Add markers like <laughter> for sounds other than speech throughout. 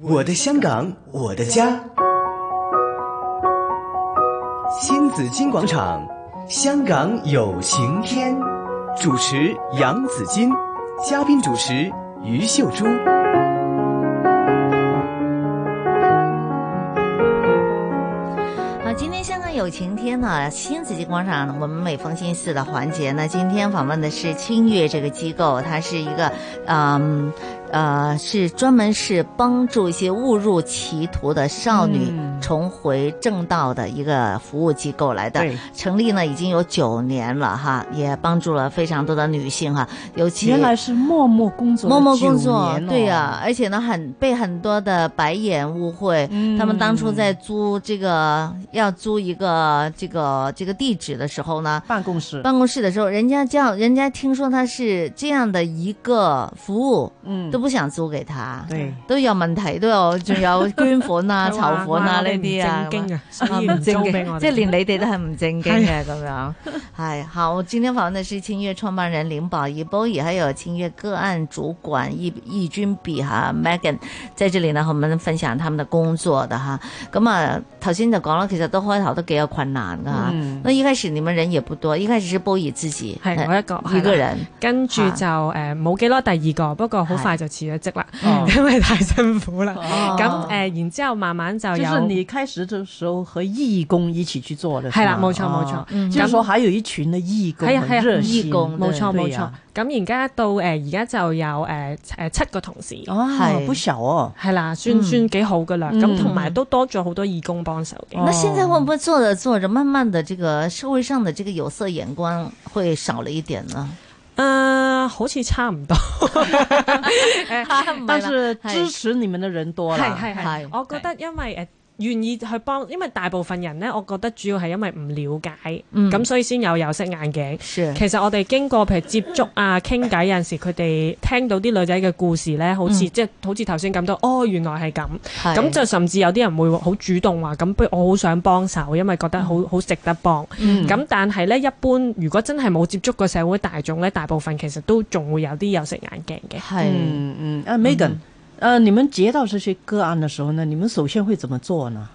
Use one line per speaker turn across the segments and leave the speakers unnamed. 我的香港，我的家。新紫金广场，香港有晴天。主持杨紫金，嘉宾主持于秀珠。
好，啊今天香港有晴天呢，新紫金广场，我们每逢星期四的环节呢，今天访问的是清月这个机构，它是一个嗯。呃，是专门是帮助一些误入歧途的少女
嗯
重回正道的一个服务机构来的。
对
成立呢已经有九年了哈，也帮助了非常多的女性哈，尤其
原来是默默工作了
默
九年
默
哦，
工作，对呀、而且呢，很被很多的白眼误会。
嗯
他们当初在租这个要租一个这个这个地址的时候呢，
办公室，
办公室的时候，人家这样，人家听说他是这样的一个服务，
嗯
都，不想租給他，
對
都有問題，都有仲 <laughs>
<laughs>
有捐款啊、籌款啊呢啲啊，
正經
啊
啊，所以唔
正
租俾
經
我哋。啊
即係連你哋都係唔正經嘅咁樣。係好，今天訪問的是清月創辦人林寶儀 b o y 還有清月個案主管易易君比哈 Megan，在這裡呢，和我們分享他們的工作的哈。咁啊，頭先就講啦，其實都開頭都幾有困難噶嚇。
嗯
那一開始你們人也不多，一開始是 b o y 自己，
係我一個
一個
係啦
人。
跟住就誒冇幾耐第二個，不過好快就辭咗職啦，
哦
<laughs> 因為太辛苦啦。
<laughs> 哦哎
咁誒，然之後慢慢就有
就是你开始的时候和义工一起去做的，
係啦，
是嗎
冇錯冇錯
哦。就是说还有一群的义工，
係啊係
很
啊，
热心
義工
冇錯
對
冇錯
呀。
咁而家到誒而家就有誒誒七個同事。
哦，
是
不小哦，
係啦，算
嗯
算幾好噶啦，
嗯
咁同埋都多咗好多義工幫手嘅。
哦
那现在会不会做着做着，慢慢的这个社会上的这个有色眼光会少了一点呢？
誒，好似差唔多，
<laughs>
但是支持你们的人多了，
係
係
係，我覺得因為誒。願意去幫，因為大部分人呢，我覺得主要係因為唔了解，咁、
嗯
所以先有有色眼鏡。
是
其實我哋經過譬如接觸
<laughs>
啊、傾偈有陣時，佢哋聽到啲女仔嘅故事呢，好似、
嗯
即係好似頭先咁多，哦，原來係咁，
係
咁就甚至有啲人會好主動話，咁不如我好想幫手，因為覺得好好值得幫。
嗯
咁、但係呢，一般如果真係冇接觸過社會大眾呢，大部分其實都仲會有啲有色眼鏡嘅。
係
嗯嗯，啊，Megan，呃，你们接到这些个案的时候呢，你们首先会怎么做呢？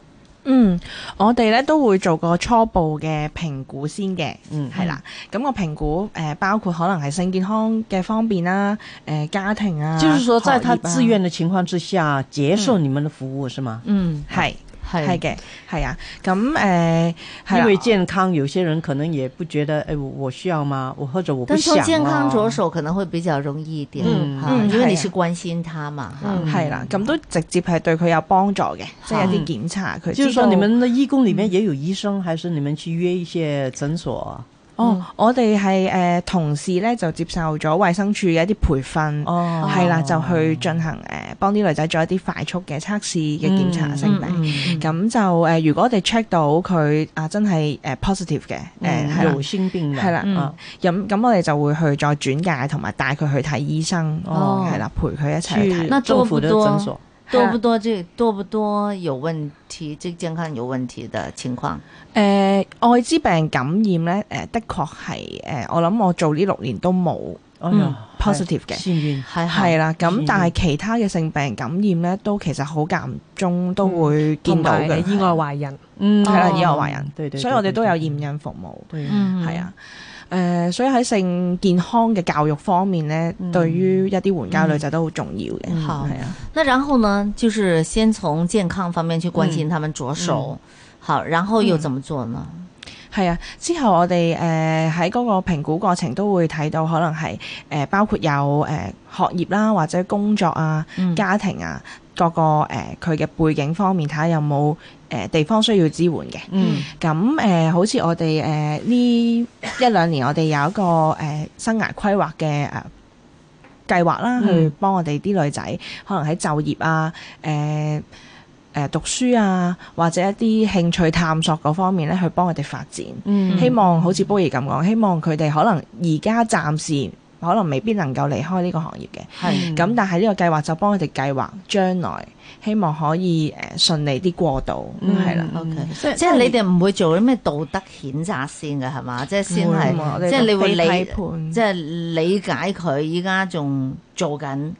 嗯，我哋咧都會做個初步嘅評估先嘅，
嗯
係啦。咁個評估誒、呃包括可能係性健康嘅方面啦，誒、家庭啊，
就是说，在他
學業啊
自愿的情况之下，接受你们的服务是吗？
嗯
係
係
係嘅，係啊。咁誒係啦
哎因为健康，有些人可能也不觉得，哎，我我需要吗？我或者我不
但
想、
从
啊。
健康着手可能会比较容易一点，
嗯
哈
嗯
因为你
係啊
是關心他嘛，哈
嗯
係啦，咁都直接係對佢有幫助嘅，即係
嗯
有啲檢查佢
就
知道。
是说，你們的義工裡面也有醫生，還是你們去約一些診所啊？
哦，我哋係誒同事咧就接受咗衛生署嘅一啲培訓。
哦
係啦，就去進行誒、呃、幫啲女仔做一啲快速嘅測試嘅檢查
嗯
性病。咁就誒、呃如果我哋 check 到佢啊真係誒、呃 positive 嘅，誒係啦
嗯有心病的，
係啦嗯
啊
咁咁我哋就會去再轉介同埋帶佢去睇醫生，
哦
係啦，陪佢一齊去
去
睇。
那多
政
不
府的
多
診所。
多不多这多不多有問題，這健康有問題的情況，
誒、呃艾滋病感染咧，誒、的確係誒、呃我諗我做呢六年都冇
哎
嗯
呀
positive 嘅。
幸運。
係啊
係啊啦，
嗯
咁但係其他嘅性病感染咧，都其實好間唔中都會見到
同埋
嘅，
意外懷孕。
嗯
係啦，
哦
以外懷孕，
對對對
所以我哋都有
對
驗孕服務。
對，
嗯
係啊。誒、所以喺性健康嘅教育方面咧，
嗯
對於一啲援交女仔都好重要嘅，
嗯好
係啊，
那然後呢，就是先從健康方面去關心他們着手，好，然後又怎麼做呢？哦
係啊。之後我哋誒喺嗰個評估過程都會睇到，可能係誒、包括有誒、學業啦，或者工作啊、
嗯
家庭啊，各個誒佢嘅背景方面，睇下有冇誒、呃地方需要支援嘅。
嗯
咁誒、呃好似我哋誒呢一兩年，我哋有一個誒、呃生涯規劃嘅誒計劃啦，去
嗯
幫我哋啲女仔，可能喺就業啊，誒、呃、誒讀書啊，或者一啲興趣探索嗰方面咧，去幫佢哋發展。
嗯
希望好似波兒咁講，希望佢哋可能而家暫時可能未必能夠離開呢個行業嘅。
係
嗯
咁但係呢個計劃就幫佢哋計劃將來，希望可以誒、呃、順利啲過渡，係、
嗯
啦。
，OK。
即
即係你哋唔會做啲咩道德譴責先嘅係嘛？即係先係，即係你會理，
判，
即係理解佢依家仲做緊，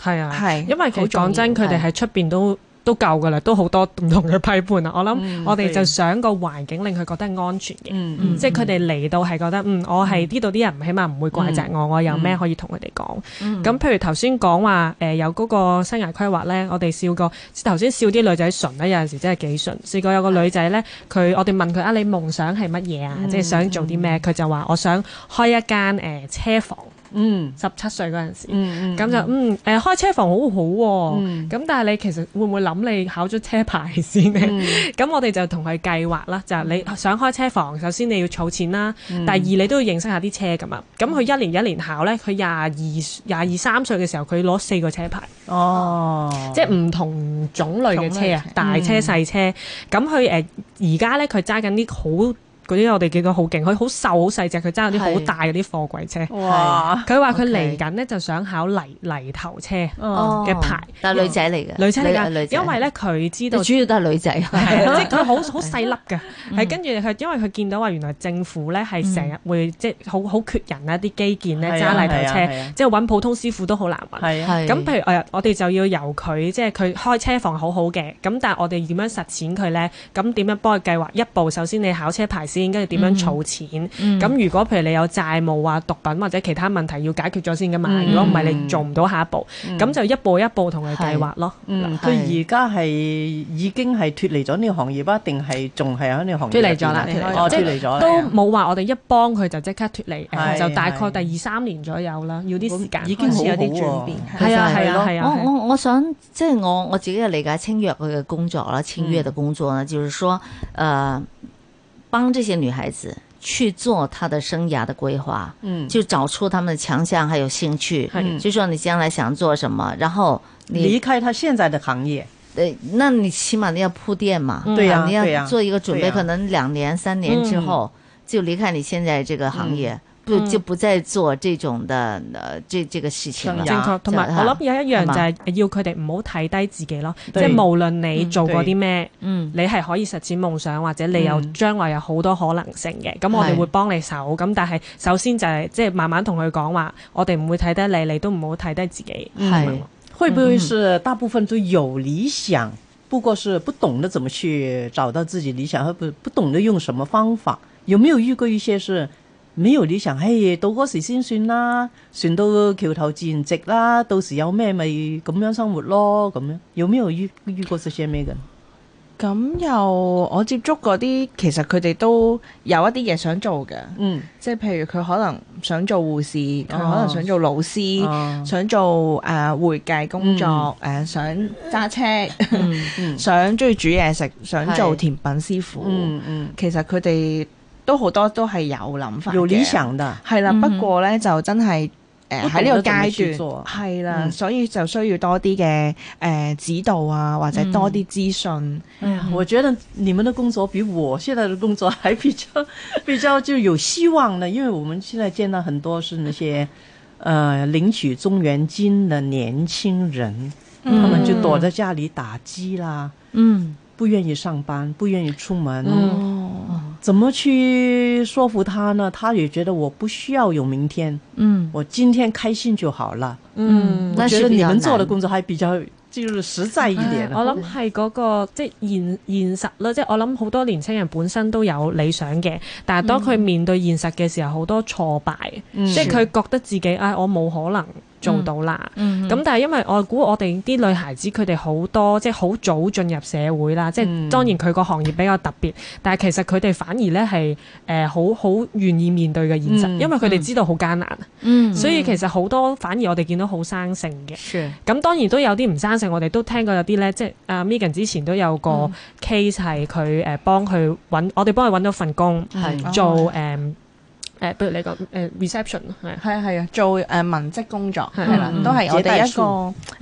係啊，
係
因為其實
好重要
講真，佢哋喺出邊都都夠噶啦，都好多唔同嘅批判啊。我諗
嗯
我哋
係
就想個環境令佢覺得安全嘅。
嗯
嗯
即係佢哋嚟到係覺得，嗯，我係呢度啲人，起碼唔會怪責我，我有咩可以同佢哋講。
嗯
咁譬如頭先講話誒有嗰個生涯規劃咧，我哋笑過頭先笑啲女仔純咧，有陣時真係幾純。試過有個女仔咧，佢我哋問佢啊，你夢想係乜嘢啊？即係想做啲咩？佢就話我想開一間誒、呃、車房。
嗯
十七歲嗰陣時，咁、
嗯
就嗯誒、呃、開車房好好喎、
嗯
咁、但係你其實會唔會諗你考咗車牌先呢？
嗯
咁、我哋就同佢計劃啦，就係你想開車房，首先你要儲錢啦，第二你都要認識下啲車咁啊。咁佢一年一年考呢，佢廿二廿二三歲嘅時候，佢攞四個車牌，
哦，
即係唔同種類嘅車啊，大車細車。咁佢誒而家呢，佢揸緊啲好嗰啲我哋叫到好勁，佢好瘦好細隻，佢揸緊啲好
係
大嗰啲貨櫃車。
哇，
佢話佢
OK
嚟緊呢，就想考泥泥頭車
哦
嘅牌，
但係女仔嚟嘅，
女車嚟㗎
女仔
因為咧佢知道
你。主要都係女
<laughs>
仔，
係啊即係佢好好細粒嘅，
嗯
係跟住佢，因為佢見到話原來政府咧係成日會即係好好缺人啊啲基建咧
係
揸
嗯啊
泥頭
係啊係
車
啊，
即係揾普通師傅都好難揾。
係啊，
<laughs> 係
咁譬如誒，我哋就要由佢即係佢開車房好好嘅，咁但係我哋點樣實踐佢呢？咁點樣幫佢計劃？一步首先你考車牌先，跟住
嗯
點樣儲錢？咁、
嗯
如果譬如你有債務啊、毒品或者其他問題要解決咗先噶嘛，
嗯
如果唔係你做唔到下一步，咁、就一步一步同佢計劃咯。
嗯，
係
佢而家係已經係脱離咗呢個行業啊，定係仲係喺呢個行業
脱
入邊啊？
離咗啦，
離
哦，
咗
即
脱
係
離咗，
都冇話我哋一幫佢就即刻脱離，誒
係
就大概
係
第二三年左右啦，要啲時間。
已經好好
有啲轉
喎
變。
係啊係啊係啊，
我我我想即係我我自己嘅理解，清月佢嘅工作
嗯
啦，清月的工作呢，就是说，呃，帮这些女孩子去做她的生涯的规划，
嗯，
就找出她们的强项还有兴趣，
嗯
就说你将来想做什么，然后
離
你
開他現在的行業，
呃，那你起码你要铺垫嘛，
嗯
對呀
啊你
對
要
呀
做一个准备，
對呀
可能两年三年之后就离开你现在这个行业，不就不再做这种的呃这这个事情了
生
哦正
涯。
確，同埋
就係
我諗有一樣
係嘛
就係要佢哋唔好睇低自己咯，即
對
係無論你做過啲咩，
嗯
你係可以實踐夢想，或者你有
嗯
將來有好多可能性嘅。咁我哋
係
會幫你手，咁但係首先就係即係慢慢同佢講話，我哋唔會睇低你，你都唔好睇低自己。
係
會不會是大部分都有理想，不過是不懂得怎麼去找到自己理想，和不不懂得用什麼方法？有沒有遇過一些是沒有理想？唉，到嗰時先算啦，算到橋頭自然直啦，到時有咩咪咁樣生活咯，咁樣有沒有遇遇過這些咩嘅？
咁又我接觸嗰啲，其實佢哋都有一啲嘢想做嘅，
嗯，
即係譬如佢可能想做護士，佢可能想做老師，
哦
想做誒、呃、會計工作，誒、想揸車， <laughs> 想中意煮嘢食，想做
係
甜品師傅。
嗯嗯，
其實佢哋都好多都係有諗法嘅
有理想的，
係啦，
嗯哼
不過咧就真係誒
不
喺
懂
呢
得
個
怎麼去
階
做
段係啦，
嗯
所以就需要多啲嘅誒指導啊，或者多啲資訊。
嗯
哎呀，我覺得你們的工作比我現在的工作還比較 <laughs> 比較就有希望呢，因為我們現在見到很多是那些，呃，領取中原金的年輕人，他們就躲在家裡打機啦，
嗯
不願意上班，不願意出門，
哦，
怎麼去說服他呢？他也覺得我不需要有明天，
嗯，
我今天開心就好了。
嗯
我
那
覺
是
得
比
你
較
們做
難
的工作還比較就是實在一啊點
我
呢。
諗係嗰個即係現現實啦，即係我諗好多年青人本身都有理想嘅，但係當
嗯
佢面對現實嘅時候，好多挫敗，
嗯
即係佢覺得自己啊、我冇可能做到啦。
嗯
咁、但係因為我估我哋啲女孩子佢哋好多即係好早進入社會啦，即係
嗯
當然佢個行業比較特別，但係其實佢哋反而咧係誒好好願意面對嘅現實，
嗯
因為佢哋知道好艱難，
嗯
所以其實好多反而我哋見到好生性嘅。
是
咁當然都有啲唔生性，我哋都聽過有啲咧，即係阿 Megan 之前都有
嗯
個 case 係佢誒幫佢揾，我哋幫佢揾到份工
係
哦
做誒誒，呃不如你講誒 reception 係啊
係啊係啊，做誒文職工作
係
係啦
嗯，
都係我哋一
嗯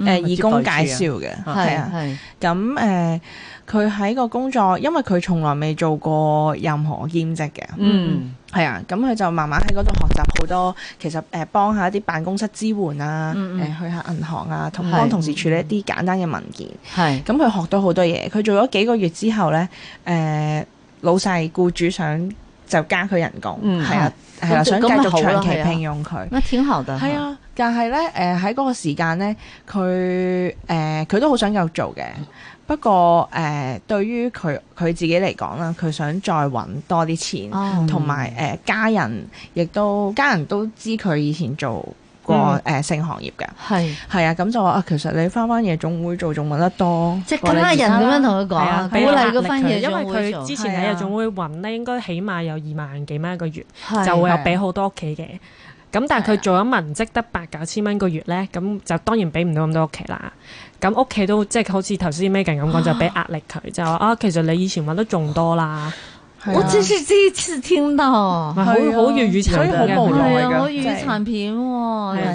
個誒義工介紹嘅，係啊。
係
咁誒，佢喺個工作，因為佢從來未做過任何兼職嘅，
嗯
係啊，咁佢就慢慢喺嗰度學習好多，其實誒、呃、幫下啲辦公室支援啊，誒、
嗯嗯
去下銀行啊，同
係
幫同事處理一啲簡單嘅文件。
係
咁佢學到好多嘢，佢做咗幾個月之後呢，誒、老細僱主想就加佢人工，係、
嗯
啊，係啊，
咁
想
咁
繼
咪
續
好啦
長期
係啊
聘用佢。
那挺好的，
係，啊，但係咧，誒喺嗰個時間咧，佢誒佢都好想繼續做嘅。不過誒、對於佢佢自己嚟講啦，佢想再揾多啲錢。
哦，
同埋誒家人亦都家人都知佢以前做過誒、呃性行業嘅，
係，
係啊，咁就話啊，其實你翻翻夜總會做仲揾得多，
即係家人咁樣同佢講
係啊
啊，鼓
俾個
勵
壓
嗰
力
翻
佢
嘢
因
總會
為
做
佢之前
係
喺
啊
夜總會揾咧，應該起碼有二萬幾蚊一個月，
係啊
就會有
係
俾好多屋企嘅。咁但係佢做咗文職得八九千蚊個月咧，咁就當然俾唔到咁多屋企啦。咁屋企都即係好似頭先 Megan 咁講，就俾壓力佢，就話啊，其實你以前揾得仲多啦，
係
我
啊
真是第一次聽到。
咪好好
係啊
粵語
所以好
殘
無
嘅。
奈
係
㗎
啊，我粵
真
語
係
殘片喎，
係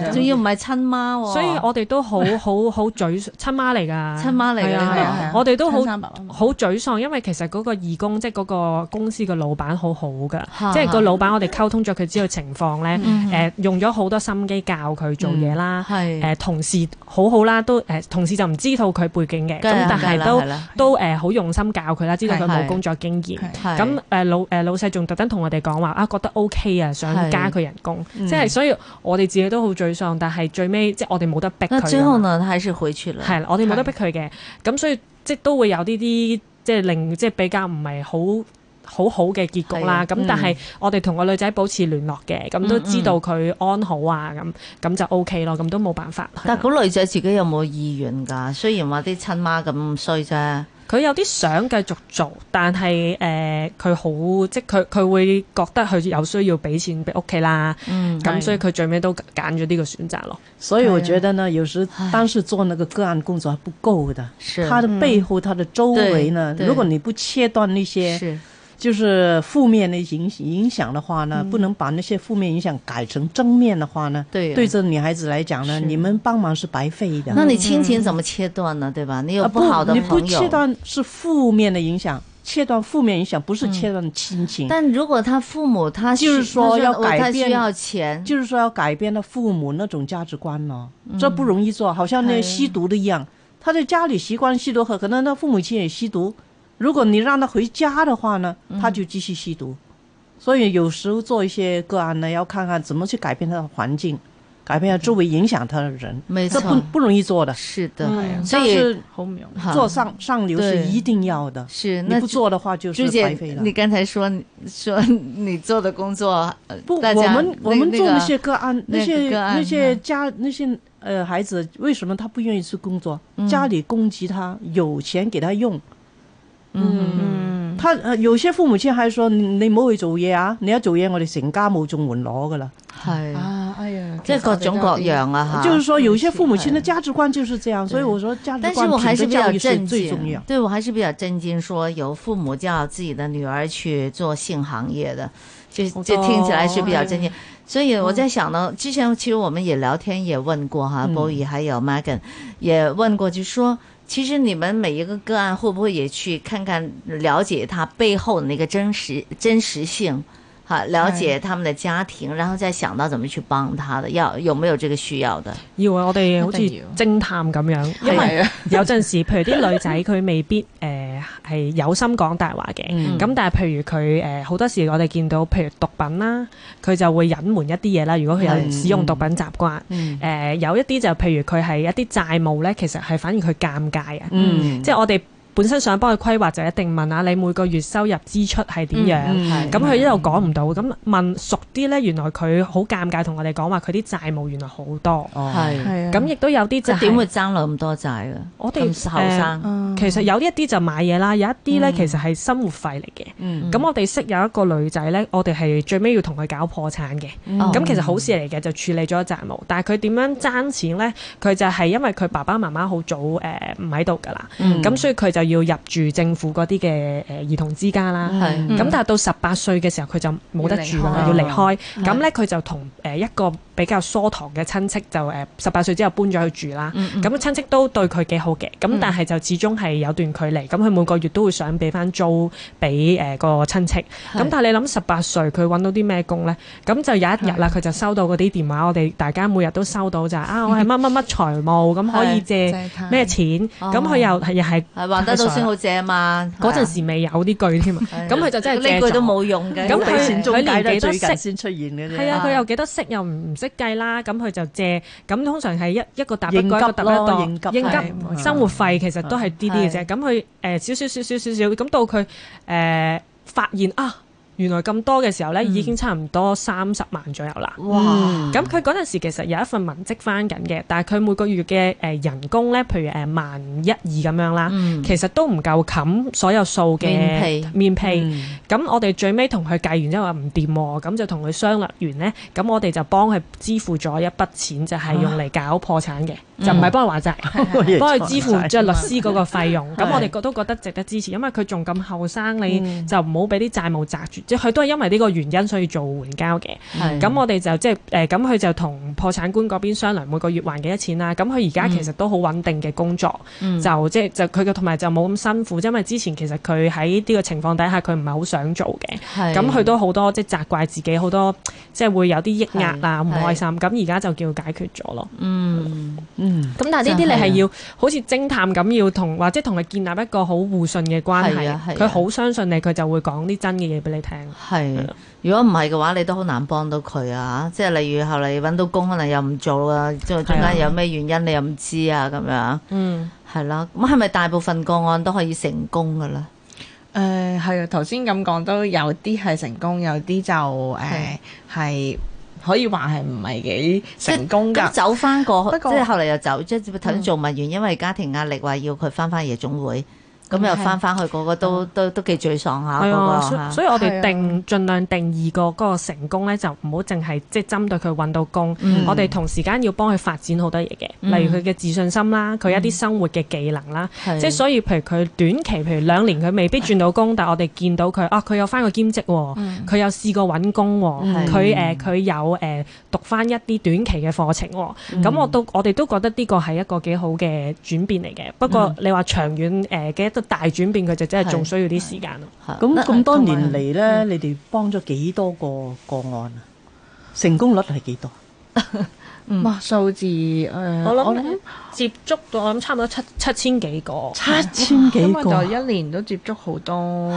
啊
仲要唔係親媽喎，
所以我哋都好好好沮親媽嚟㗎，
親媽嚟㗎
係
呢個
啊係啊
係啊
我哋都好
親生爸爸媽媽
好沮喪，因為其實嗰個義工即係嗰個公司嘅老闆好好㗎，
嚇
即係個老闆我哋溝通咗佢知道情況咧，
啊
嗯
誒、用咗好多心機教佢做嘢啦。
係
誒、同事好好啦，都誒、同事就唔知道佢背景嘅，
梗係啦
咁但
梗係
係
啦
都
係啦
都誒好、用心教佢啦，知道佢
係
冇
係
工作經驗。
係
係
咁誒、老誒、老細仲特登同我哋講話啊，覺得 OK 啊，想
係
加佢人工，
嗯
即
啊
係所以我哋自己都好沮喪，但係最尾即係我哋冇得逼佢
那
㗎嘛。
啊最後呢，還是回去了。
嗯
係啦，我哋冇得逼佢嘅，咁所以即係都會有呢啲即係令即係比較唔係好。好好嘅結局啦，咁但係我哋同個女仔保持聯絡嘅，咁都知道佢安好啊，咁咁就 O K 咯，咁都冇辦法。
但
係啦
嗰女仔自己有冇意願㗎？雖然話啲親媽咁衰啫，
佢有啲想繼續做，但係誒佢好即係佢佢會覺得佢有需要俾錢俾屋企啦，
嗯，
咁所以佢最尾都揀咗呢個選擇咯。
所以我觉得呢，有时
啊唉
单是做那个个案工作还不够的，
是
它的背后、它的周围呢，
对对
如果你不切断那些
是
就是负面的影影响的话
嗯
呢，不能把那些负面影响改成正面的话呢，
对啊
对这女孩子来讲呢，
是
你们帮忙是白费的。
那你亲情怎么切断呢？对吧？你有
啊
不好的
你不
朋
切
友，
断是负面的影响，切断负面影响不是
嗯
切断亲情，
但如果他父母他需
就是说
他
要
哦他
改
需
变
要钱，
就是说要改变了父母那种价值观咯，
嗯
这不容易做，好像那吸毒的一样，他在家里习惯吸毒，可能他父母亲也吸毒，如果你让他回家的话呢，
嗯
他就继续吸毒，所以有时候做一些个案呢，要看看怎么去改变他的环境，改变他周围影响他的人，
没
这不
错，
不容易做的，
是的，
嗯
所
但
以
是
好唔容易。
哈
做上上流是
对
一定要的，
是
你
那
不做的话就是
朱姐
白费，了
你。刚才说说你做的工作，呃
不，
大
我
家
们我们做那些个案，
那个
那些
个案
那些
嗯
家那些呃孩子，为什么他不愿意去工作？家里供给他，有钱给他用。嗯，他呃有些父母親係說你你唔好去做嘢啊！你一做嘢，我哋成家冇綜援攞噶啦。
系
啊，哎呀，
即系各种各
樣。
样啊，哈
就是說，有些父母親的價值觀就是這樣，所以我說價值
但是我
觀
还
品
是
德
比
教
较
育是
震
最重
惊
要，。
对我还是比较震惊，说有父母叫自己的女儿去做性行业的，就
好
就
多
听起来是比较震惊。所以我在想呢，之前其实我们也聊天也问过哈
嗯
b o y 还有 Megan 也问过，就说其实你们每一个个案会不会也去看看了解它背后的那个真实真实性？哈，了解他们的家庭，然后再想到怎么去帮他的，要有没有这个需要的？
要啊，我哋好似
一定要
偵探咁樣，因
啊
因
為。
為
<laughs> 有陣時，譬如啲女仔佢未必誒呃係、有心講大話嘅，
嗯
咁、但係譬如佢誒好多時我哋見到，譬如毒品啦，佢就會隱瞞一啲嘢啦。如果佢有
係
使用毒品習慣，誒、
嗯
有一啲就譬如佢係一啲債務咧，其實係反而佢尷尬啊，
嗯，
即係我哋本身想幫佢規劃就一定問下你每個月收入支出係點樣。
嗯
咁佢一路講唔到，咁問熟啲咧，原來佢好尷尬，同我哋講話佢啲債務原來好多，
哦，
系
係啊，
咁亦都有啲就
即
係
點會爭到咁多債嘅？
我哋
咁後生，
嗯
其實有一啲就買嘢啦，有一啲咧其實係生活費嚟嘅。
嗯
咁、我哋識有一個女仔咧，我哋係最尾要同佢搞破產嘅。
哦
咁、其實好事嚟嘅，就處理咗債務。但係佢點樣爭錢咧？佢就係因為佢爸爸媽媽好早誒唔喺度㗎啦，咁、所以佢就要入住政府嗰啲嘅誒兒童之家啦。
係
嗯
咁但係到十八歲嘅時候，佢就冇得住啦，
要
要
離
離開。咁咧佢就同誒一個比較疏堂嘅親戚就誒十八歲之後搬咗去住啦。
嗯
咁親戚都對佢幾好嘅，咁但係就始終係有段距離。咁佢每個月都會想俾翻租俾誒個親戚。咁但係你諗十八歲佢揾到啲咩工咧？咁就有一日啦，佢就收到嗰啲電話，我哋大家每日都收
<laughs>
到就係啊，我係乜乜乜財務，咁可以借
借貸
咩錢？咁佢又係又係
係話得得到先好借啊嘛。
嗰陣時未有呢句添啊，
係啊
咁佢就真係
呢
借
句都
咗
冇用嘅。
咁
因為
佢
佢中介
佢
都
年紀都
最近
識
先出現嘅啫。
係啊，佢
啊
又幾多息又唔唔識計啦，咁佢就借，咁通常係一一個搭一個一
應急
個搭一
咯
個，
應急
係
應急生活費其實都係啲啲
係
嘅啫，咁佢誒少少少少少少，咁到佢誒、呃、發現啊，原來咁多嘅時候咧，已經差唔多三十萬左右啦。
嗯
哇！
咁佢嗰陣時其實有一份文職翻緊嘅，但係佢每個月嘅誒、呃人工咧，譬如誒萬一二咁樣啦，
嗯
其實都唔夠冚所有數嘅
面皮
面皮
嗯
咁我哋最尾同佢計完之後話唔掂喎，咁就同佢商量完呢。咁我哋就幫佢支付咗一筆錢，就係用嚟搞破產嘅，就唔係幫佢還債，幫佢支付即係律師嗰個費用。咁
係嗯
我哋覺都覺得值得支持，因為佢仲咁後生，你就唔好俾啲債務擲住，即係佢都係因為呢個原因所以做援交嘅。
係
咁我哋就即係誒，咁、佢就同破產官嗰邊商量每個月還幾多錢啦。咁佢而家其實都好穩定嘅工作，
嗯
就即係就佢嘅同埋就冇咁辛苦，因為之前其實佢喺呢個情況底下，佢唔係好想做嘅。
係
咁佢都好多即係責怪自己，好多即係會有啲抑壓
係
啊、唔開心。咁而家就叫解決咗咯。
嗯。
嗯
咁但係呢啲
真係啊
你係要好似偵探咁，要同或者同佢建立一個好互信嘅關
係
係
啊係啊。
佢好相信你，佢就會講啲真嘅嘢俾你聽。
係，如果唔係嘅話，你都好難幫到佢啊！即係例如後嚟揾到工，可能又唔做啦，即係中
係啊
間有咩原因你又唔知啊，咁樣
嗯，
係啦。咁係咪大部分個案都可以成功噶啦？
誒係啊，頭先咁講都有啲係成功，有啲就誒
係
係可以話係唔係幾成功
咁
㗎？
走翻過去，
不
即
過
係後嚟又走，即係頭先做文員，因為家庭壓力話要佢翻翻夜總會，咁又
係
翻翻去嗰個都都都幾沮喪下
哦係
嗰
啊，所以
個
所以我哋
係啊
定盡量定義個嗰個成功咧，就唔好淨係即係針對佢揾到工。
嗯
我哋同時間要幫佢發展好多嘢嘅，
嗯
例如佢嘅自信心啦，佢一啲生活嘅技能啦。
係
即係所以，譬如佢短期，譬如兩年佢未必轉到工，但係我哋見到佢啊，佢有翻個兼職喎，
嗯
佢有試過揾工
係
喎，佢誒佢有誒讀翻一啲短期嘅課程喎，
嗯
咁我都我哋都覺得呢個係一個幾好嘅轉變嚟嘅。不
嗯
過你話長遠誒嘅一個大轉變，佢就真係仲需要啲時間咯。
係
咁
嗱
咁多
同
年
埋
嚟咧，你哋幫咗幾多個個案啊？成功率係幾多？
哇，數字誒，我
我諗接觸到我諗差唔多七七千幾個。
七千幾
因為就
個，
一年都接觸好多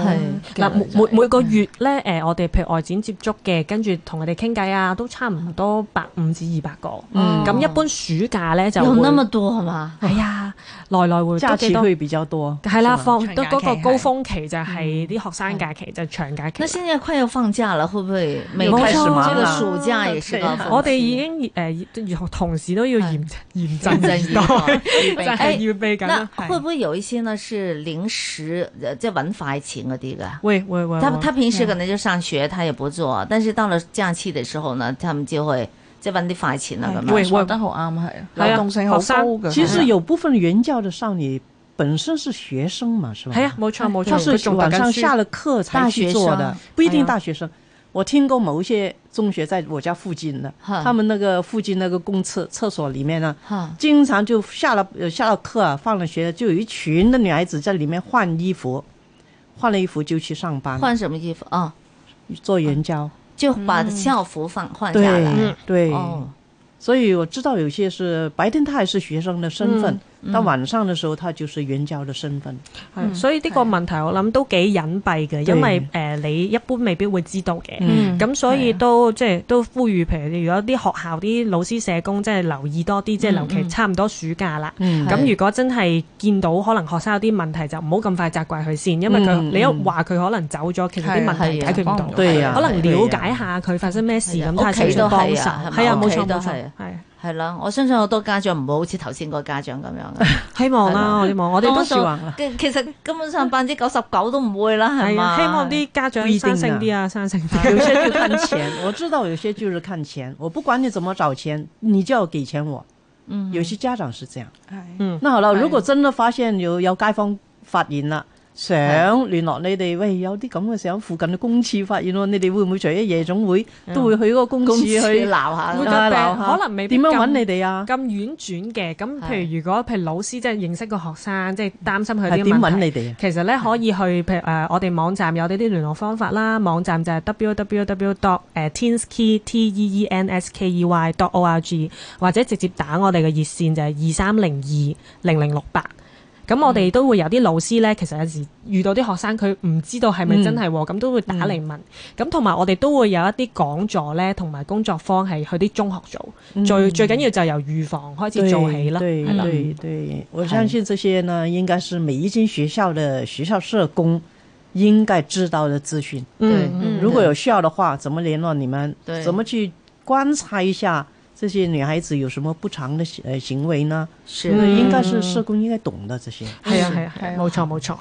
係
嘅
嗱，每
女仔
每每個月咧，誒、我哋譬如外展接觸嘅，跟住同佢哋傾偈啊，都差唔多百五至二百個。
嗯
咁、一般暑假咧就
有
會
那麼多係嘛？
係啊，來來回
假
都
期
幾多。
會比較多。
係啦，放
長
到
假期
嗰個高峰期就係啲學生假期，就係長假期
那
啦。
現在快要放假了，會不會？
沒
每
開始
次
忙
這個
了
暑假也是高峰
我哋
期
已經誒同時都要 <laughs> 嚴嚴
認
陣
真
以
一
<laughs>
個
待，就
備
係預備緊啊
哎那
啦。
會不會有一些呢是臨時，呃即係揾快錢嗰啲噶？
會會會，
他
會
他平時可能就上學，他也不做，但是到了假期的時候呢，他們就會即係揾啲快錢啦咁
會
會
樣。
覺得好啱係啊，
係啊
流動性好
學
高
生
嘅。
其實有部分援交的少女本身是學生嘛，是吧？
係啊，冇錯冇
他
錯，
是
佢仲讀
晚上
緊
下
書。
了課才去做的，不一啊定大學生。我聽過某一些中學在我家附近的，
哈
他们那个附近那个公厕厕所里面呢，
哈，
经常就下了呃下了课啊，放了学就有一群的女孩子在里面换衣服，换了衣服就去上班，
換什麼衣服啊、哦
做援交。
就
嗯
把校服放换下來。
对对，
啊哦，
所以我知道有些是白天他还是学生的身份，
嗯
到晚上的时候他就是援交的身份。
係所以呢個問題我諗都幾隱蔽
對
嘅，因為誒你一般未必會知道嘅。
嗯
咁所以都即係都呼籲，譬如如果啲學校啲老師社工即係留意多啲，即係
嗯
尤其
嗯
差唔多暑假啦。
嗯
咁
係
如果真係見到可能學生有啲問題，就唔好咁快責怪佢先，因為佢
嗯
你一
嗯
話佢可能走咗，其實啲
係啊
問題
係啊啊
解決唔
幫唔
到
到。
對呀
可能了
對
解
呀
下佢發生咩事
係啊
咁，睇下
屋企都
想唔想幫
係
手。
啊係咪
係啊，冇
屋企
錯
都
冇
係
錯
啊，
係
係啦，我相信好多家長唔會好似頭先嗰個家長咁樣
<laughs>
嘅。
希望啦，我希望我哋
多
都
數
希望啦
其其實根本上百分之九十九都唔
<laughs>
會啦，係
係
嘛？
啊，希望啲家
不一
長
定啊
生性啲啊，生性啲。
有些就看钱， <laughs> 我知道有些就是看钱，我不管你怎么找钱，你就要给钱我。
嗯
有些家长是這樣。
係
<laughs> 嗯，
那好啦，
係
如果真的發現有有街坊發現啦，想聯絡你哋，喂，有啲咁嘅時候，附近嘅公廁發現喎，你哋會唔會除咗夜總會
嗯
都會去嗰個公
公
廁
司
去
鬧下
會
啦。
啊
咁
鬧下
可能未必
點樣
咁
揾你哋啊？
咁婉轉嘅，咁譬
係
如如果譬如老師即係認識個學生，即係擔心佢
係
啲
點
問
揾
題
你哋啊？
其實咧可以去譬如誒、呃我哋網站有呢啲聯絡方法啦，網站就係 www dot 誒 teenskey t e e n s k e y dot o r g，或者直接打我哋嘅熱線就係二三零二零零六八。咁我哋都會有啲老師咧，其實有時遇到啲學生佢唔知道係咪真係喎，咁、都會打嚟問。咁同埋我哋都會有一啲講座咧，同埋工作坊係去啲中學做，最最緊要就由預防開始做起啦，
对
係啦。
对对，我相信这些呢，应该是每一间学校的学校社工应该知道的资讯。
嗯嗯
嗯
如果有需要的话，怎么联络你们？
对
怎么去观察一下这些女孩子有什么不常的行呃行为呢？
是。
嗯
应该是社工应该懂的这些。
係啊係啊係
係
啊
啊，
冇錯冇錯。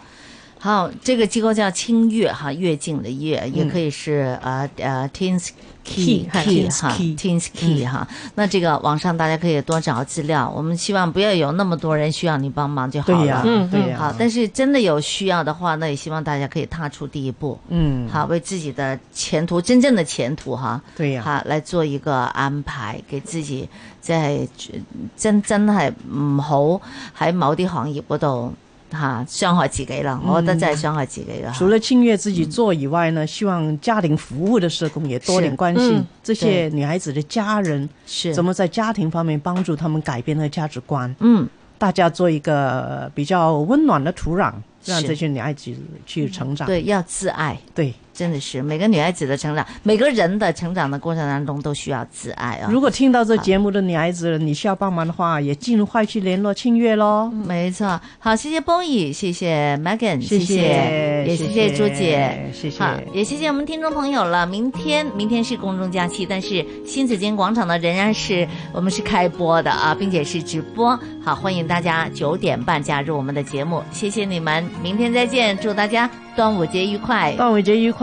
好，这个机构叫清月哈，月境的月，也可以是呃呃 Teens Key
Key，
哈
哈
Teens 嗯 Key 嗯
，Teens Key 哈。那这个网上大家可以多找资料，我们希望不要有那么多人需要你帮忙就好
对呀、
了。
嗯
对呀、
好，但是真的有需要的话，那也希望大家可以踏出第一步，
嗯，
好，为自己的前途真正的前途哈，
对呀、
吓嚟做一個安排，給自己即係真真係唔好喺某啲行業嗰度吓傷害自己啦。我覺得真係傷害自己啦。
除了清月自己做以外
嗯
呢，希望家庭服务的社工也多点关心、
嗯
这些女孩子的家人，
是
怎么在家庭方面帮助他们改变她的价值观，
嗯，
大家做一个比较温暖的土壤，让
是
这些女孩子去成长。
對，要自愛，
对
真的是每個女孩子的成長，每個人的成長的過程當中都需要自愛啊。
如果听到这节目的女孩子，你需要帮忙的话，也尽快去联络清月喽。
没錯，好，謝謝 Boy，謝謝 Megan，
谢
謝謝，也謝
谢
謝朱姐。，
谢谢。
好，也谢谢我们听众朋友了。明天，明天是公众假期，但是新紫金广场呢，仍然是我们是开播的啊，并且是直播。好，欢迎大家九点半加入我们的节目，谢谢你们，明天再见，祝大家端午节愉快，
端午节愉快！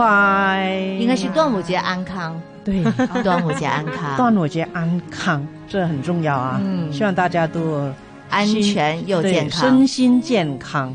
应该是端午节安康，
对，
端午节安康，
<laughs> 端午节安康，这很重要啊！
啊嗯
希望大家都
安全又
对
健康
身。心健康。